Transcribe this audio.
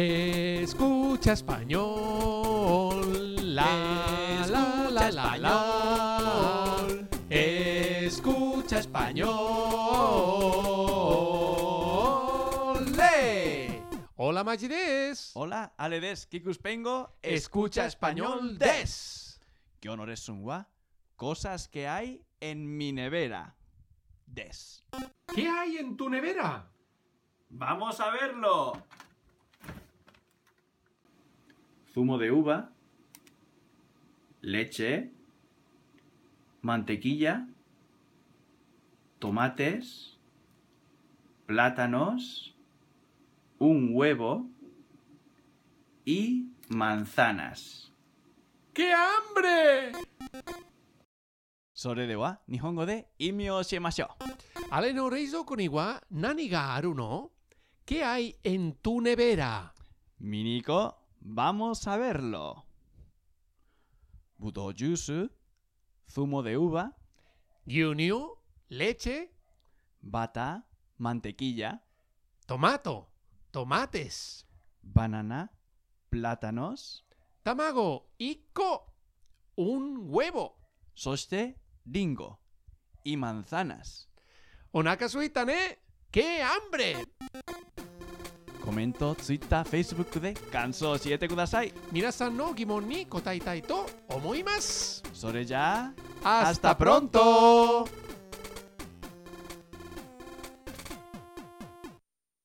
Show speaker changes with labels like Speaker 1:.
Speaker 1: Escucha español. La, la, la, la, la. Escucha español. ¡Le! Hola, Magides.
Speaker 2: Hola, ale des, kikuspengo,
Speaker 1: Escucha español des.
Speaker 2: Yo no gua, cosas que hay en mi nevera. Des.
Speaker 1: ¿Qué hay en tu nevera?
Speaker 2: ¡Vamos a verlo!
Speaker 3: zumo de uva, leche, mantequilla, tomates, plátanos, un huevo y manzanas.
Speaker 1: ¡Qué hambre!
Speaker 2: Sore de wa, nihongo de imio shimashou.
Speaker 1: Ale no reizo con igua, nani ga aru no? ¿Qué hay en tu nevera?
Speaker 2: Miniko, vamos a verlo. Budo yuzu, zumo de uva,
Speaker 1: Junio, leche,
Speaker 2: bata, mantequilla,
Speaker 1: tomato, tomates,
Speaker 2: banana, plátanos,
Speaker 1: tamago, ico, un huevo.
Speaker 2: soste, dingo y manzanas.
Speaker 1: Onaka suitane, ¡qué hambre!
Speaker 2: Comento, Twitter, Facebook de Kanso 7 Kudasai.
Speaker 1: Minasan no gimon ni kotaitai to omoimasu.
Speaker 2: Sore ya.
Speaker 1: ¡Hasta
Speaker 2: ¡Hasta
Speaker 1: pronto!